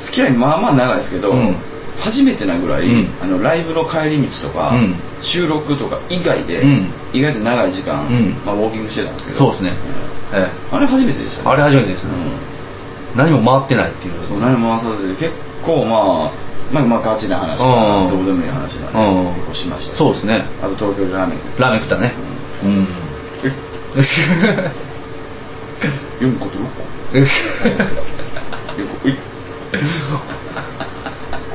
A: 付き合いまあまあ長いですけど、
B: うん
A: 初めてなぐらい、
B: うん
A: あのライブの帰り道とか、
B: うん
A: 収録とか以外で、
B: うん
A: 意外と長い時間、
B: うん
A: まあ、ウォーキングしてたんですけど
B: そうですねえ
A: うんあれ初めてでした
B: え
A: ね
B: あれ初めてです
A: う
B: ね
A: ん
B: 何も回ってないっていう
A: そう何も回さず結構まあまあまあガチな話
B: うん
A: どうでもいい話だ
B: うん
A: ね結構しました
B: そうですね
A: あと東京でラーメン
B: ラーメン食ったねうん
A: 4個と6個4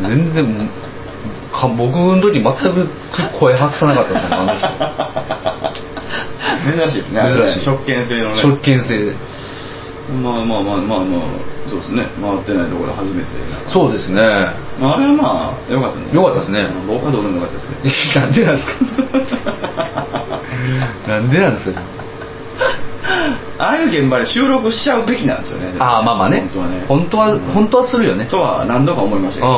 B: 全然もうか僕の時全く声発さなかったもんあ
A: 個珍しいですね
B: の人珍しい
A: 食券制のね
B: 食券 制で
A: まあまあまあまあまあそうですね回ってないところで初めて
B: そうですね
A: まああれはまあ良かったね
B: 良かったですね
A: 僕はどうでもよかったですけど
B: なんでなんですか なんでなんですか
A: ああいう現場で収録しちゃうべきなんですよね
B: ああまあまあね
A: 本当はね
B: 本当は,、
A: うん
B: 本当はするよね
A: とは何度か思いましたけど
B: うん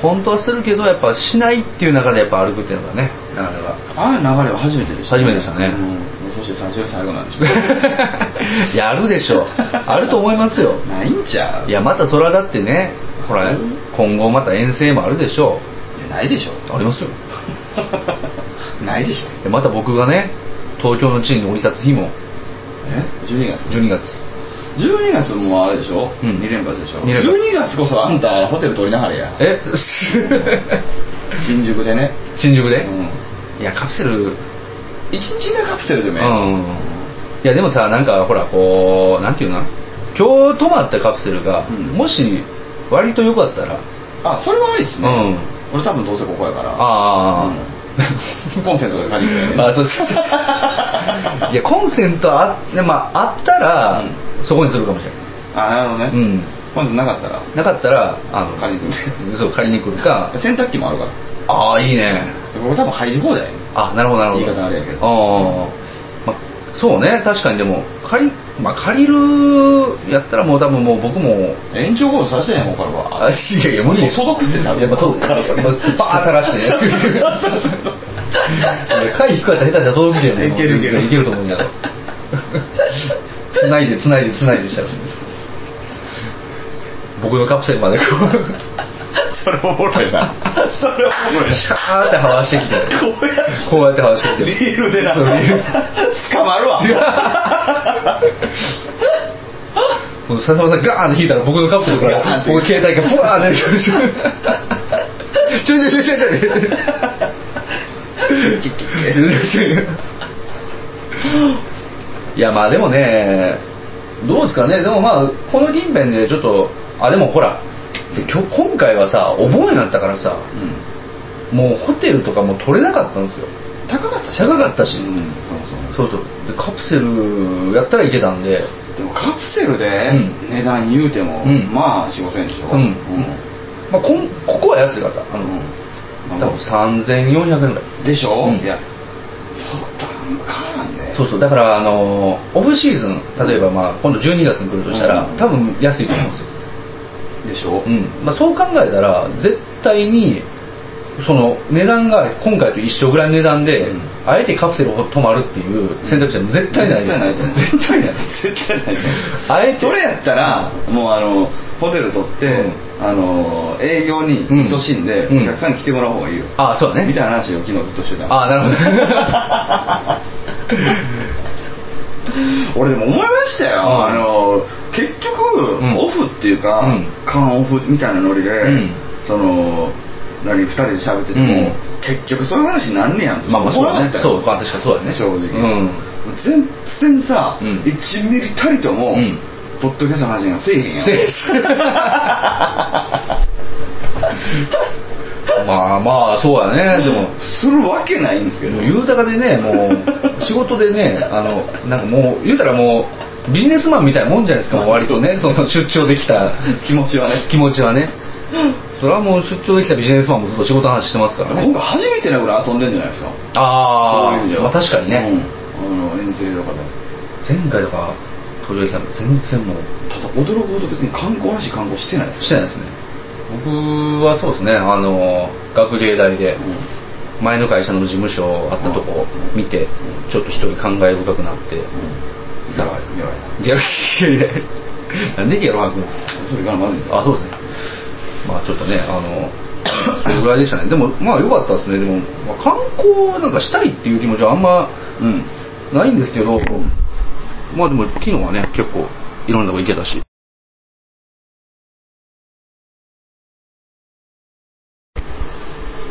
B: 本当はするけどやっぱしないっていう中でやっぱ歩くっていうのが ねなかなか
A: ああいう流れは初めてでした
B: 初めてでしたね
A: うんそして最初で最後なんでしょ
B: やるでしょうあると思います よ
A: ないんちゃう
B: い
A: い
B: やまたそれはだってねほら
A: うん
B: 今後また遠征もあるでしょ
A: いやないでしょ
B: うありますよ
A: ないでしょ
B: でまた僕がね東京の地に降り立つ日も
A: え12月
B: 12月
A: 12月もあれでしょ、
B: う
A: うん2連発でしょ
B: 二連発
A: 12月こそあんたホテル取りながらや
B: え
A: 新宿でね
B: 新宿
A: う
B: で、
A: ん
B: いやカプセル
A: 1日目カプセルでも
B: う
A: やる
B: んいやでもさなんかほらこうなんていうの今日泊まったカプセルが、
A: うん
B: もし割と良かったら
A: あそれはありです
B: う
A: ね、
B: ん
A: 俺多分どうせここやから
B: あ
A: うんコンセントで借りる ね
B: あ、あそ うそういやコンセントあ,、ねまあ、あったら、
A: う
B: そこにするかもしれない、
A: あなるほどね、
B: うん、
A: コンセントなかったら
B: なかったらあの
A: 借りに
B: そう借りに来るか
A: 洗濯機もあるから
B: ああいいね
A: これ多分入り放題
B: あなるほどなるほど
A: 言い方あれやけど
B: あーまそうね確かにでも借り,、まあ、借りるやったらもう多分もう僕も
A: 延長コードさせてへん方からは
B: あいやいや無理でしょ
A: 届くってなる
B: やっぱ届く
A: から
B: やっぱバーッ垂らして ね回引くやったら下手したら届くけど
A: いけるいける
B: いけると思うんだけど繋いで繋いで繋いでしたら僕のカプセルまでこう
A: それおもろいな それおもろい
B: シャーってはわしてきて
A: こうやって
B: こうやってはわしてきて
A: リールでな
B: そうリール
A: 捕ま るわ
B: もう笹山さんガーンって引いたら僕のカプセルから僕の携帯がブワーンって出てくる ちょいちょいちょいちょいちょい
A: キッキッキッ
B: いやまあでもねどうですかねでもまあこの近辺でちょっとあでもほらで今日今回はさお盆になったからさ
A: うん
B: もうホテルとかも取れなかったんですよ
A: 高かったし
B: 高かったし
A: うんそうそう
B: そうそうでカプセルやったらいけたんで
A: でもカプセルで
B: うん
A: 値段言うても、
B: うん
A: まあ4 5千円でしょ
B: うんまあ、こんここは安かったあ
A: う
B: の、
A: んうん
B: 多分3400円ぐらい
A: でしょ、
B: うん
A: いやそうだかなんね
B: そうそうだからあのオフシーズン例えばまあ今度12月に来るとしたら、
A: うん
B: 多分安いと思うんですよ、
A: でしょ、
B: うんまあ、そう考えたら絶対にその値段が今回と一緒ぐらいの値段で、
A: うん
B: あえてカプセルを泊まるっていう選択肢は絶対ない
A: 絶対ないと思う
B: 絶対ない
A: 絶対ない
B: あえて
A: それやったらもうあのホテル取って、あの営業に勤しんで、
B: うん
A: お客さん来てもらう方がいいよ、
B: ああそうだね
A: みたいな話を昨日ずっとしてた
B: ああな
A: 俺でも思いましたよ、
B: うん
A: あの結局、
B: うん
A: オフっていうか、
B: うん
A: 缶オフみたいなノリで、
B: うん
A: その何2人で喋ってても、
B: うん
A: 結局そういう話になんねやんって
B: まあまあそうだね
A: 思ったよ
B: そうまあ確かにそうだね
A: 正直、
B: うん
A: 全然さ、
B: うん
A: 1ミリたりとも、
B: うん
A: ポッドキャストの話がせえへんやん
B: るせ まあまあそうやね でも
A: するわけないんですけど
B: もう言うたかでねも う仕事でねあのなんかもう言うたらもうビジネスマンみたいなもんじゃないですかもう割とねその出張できた
A: 気持ちはね
B: 気持ちはねそれはもう出張できたビジネスマンもずっと仕事の話してますから
A: 今
B: ね
A: 回初めてなぐらい遊んでんじゃないですか
B: あ
A: そういう意味で
B: あ
A: は
B: まあ確かにね、
A: うんあの遠征とかで
B: 前回とか東京来たの全然もう
A: ただ驚くほど別に観光らしい観光してないですよ
B: してないですね僕はそうですねあの学芸大
A: う
B: で
A: ん
B: 前の会社の事務所あったとこ見てちょっと一人感慨深くなって
A: うんさあやばいな
B: ギャルいやいやいやなんでギャル吐くんですか
A: それからまずいんじゃない
B: あそうですねまあちょっとねあ のそれぐらいでしたねでもまあ良かったですねでも、まあ、観光なんかしたいっていう気持ちはあんま
A: うん
B: ないんですけどまあでも昨日はね結構いろんなとこ行けたし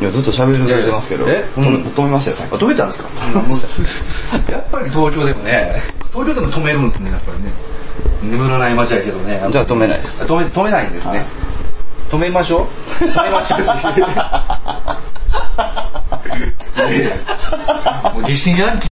A: やずっと喋り続けてますけど
B: いやいやえ
A: 止め止めましたよさっき
B: あ止めたんですか
A: 止めました
B: やっぱり東京でもね東京でも止めるんですねやっぱりね眠らない街やけどね
A: じゃあ止めないです
B: あ止め止めないんです
A: はい
B: ね止めましょう止めましょ ういやいやもう疑心暗鬼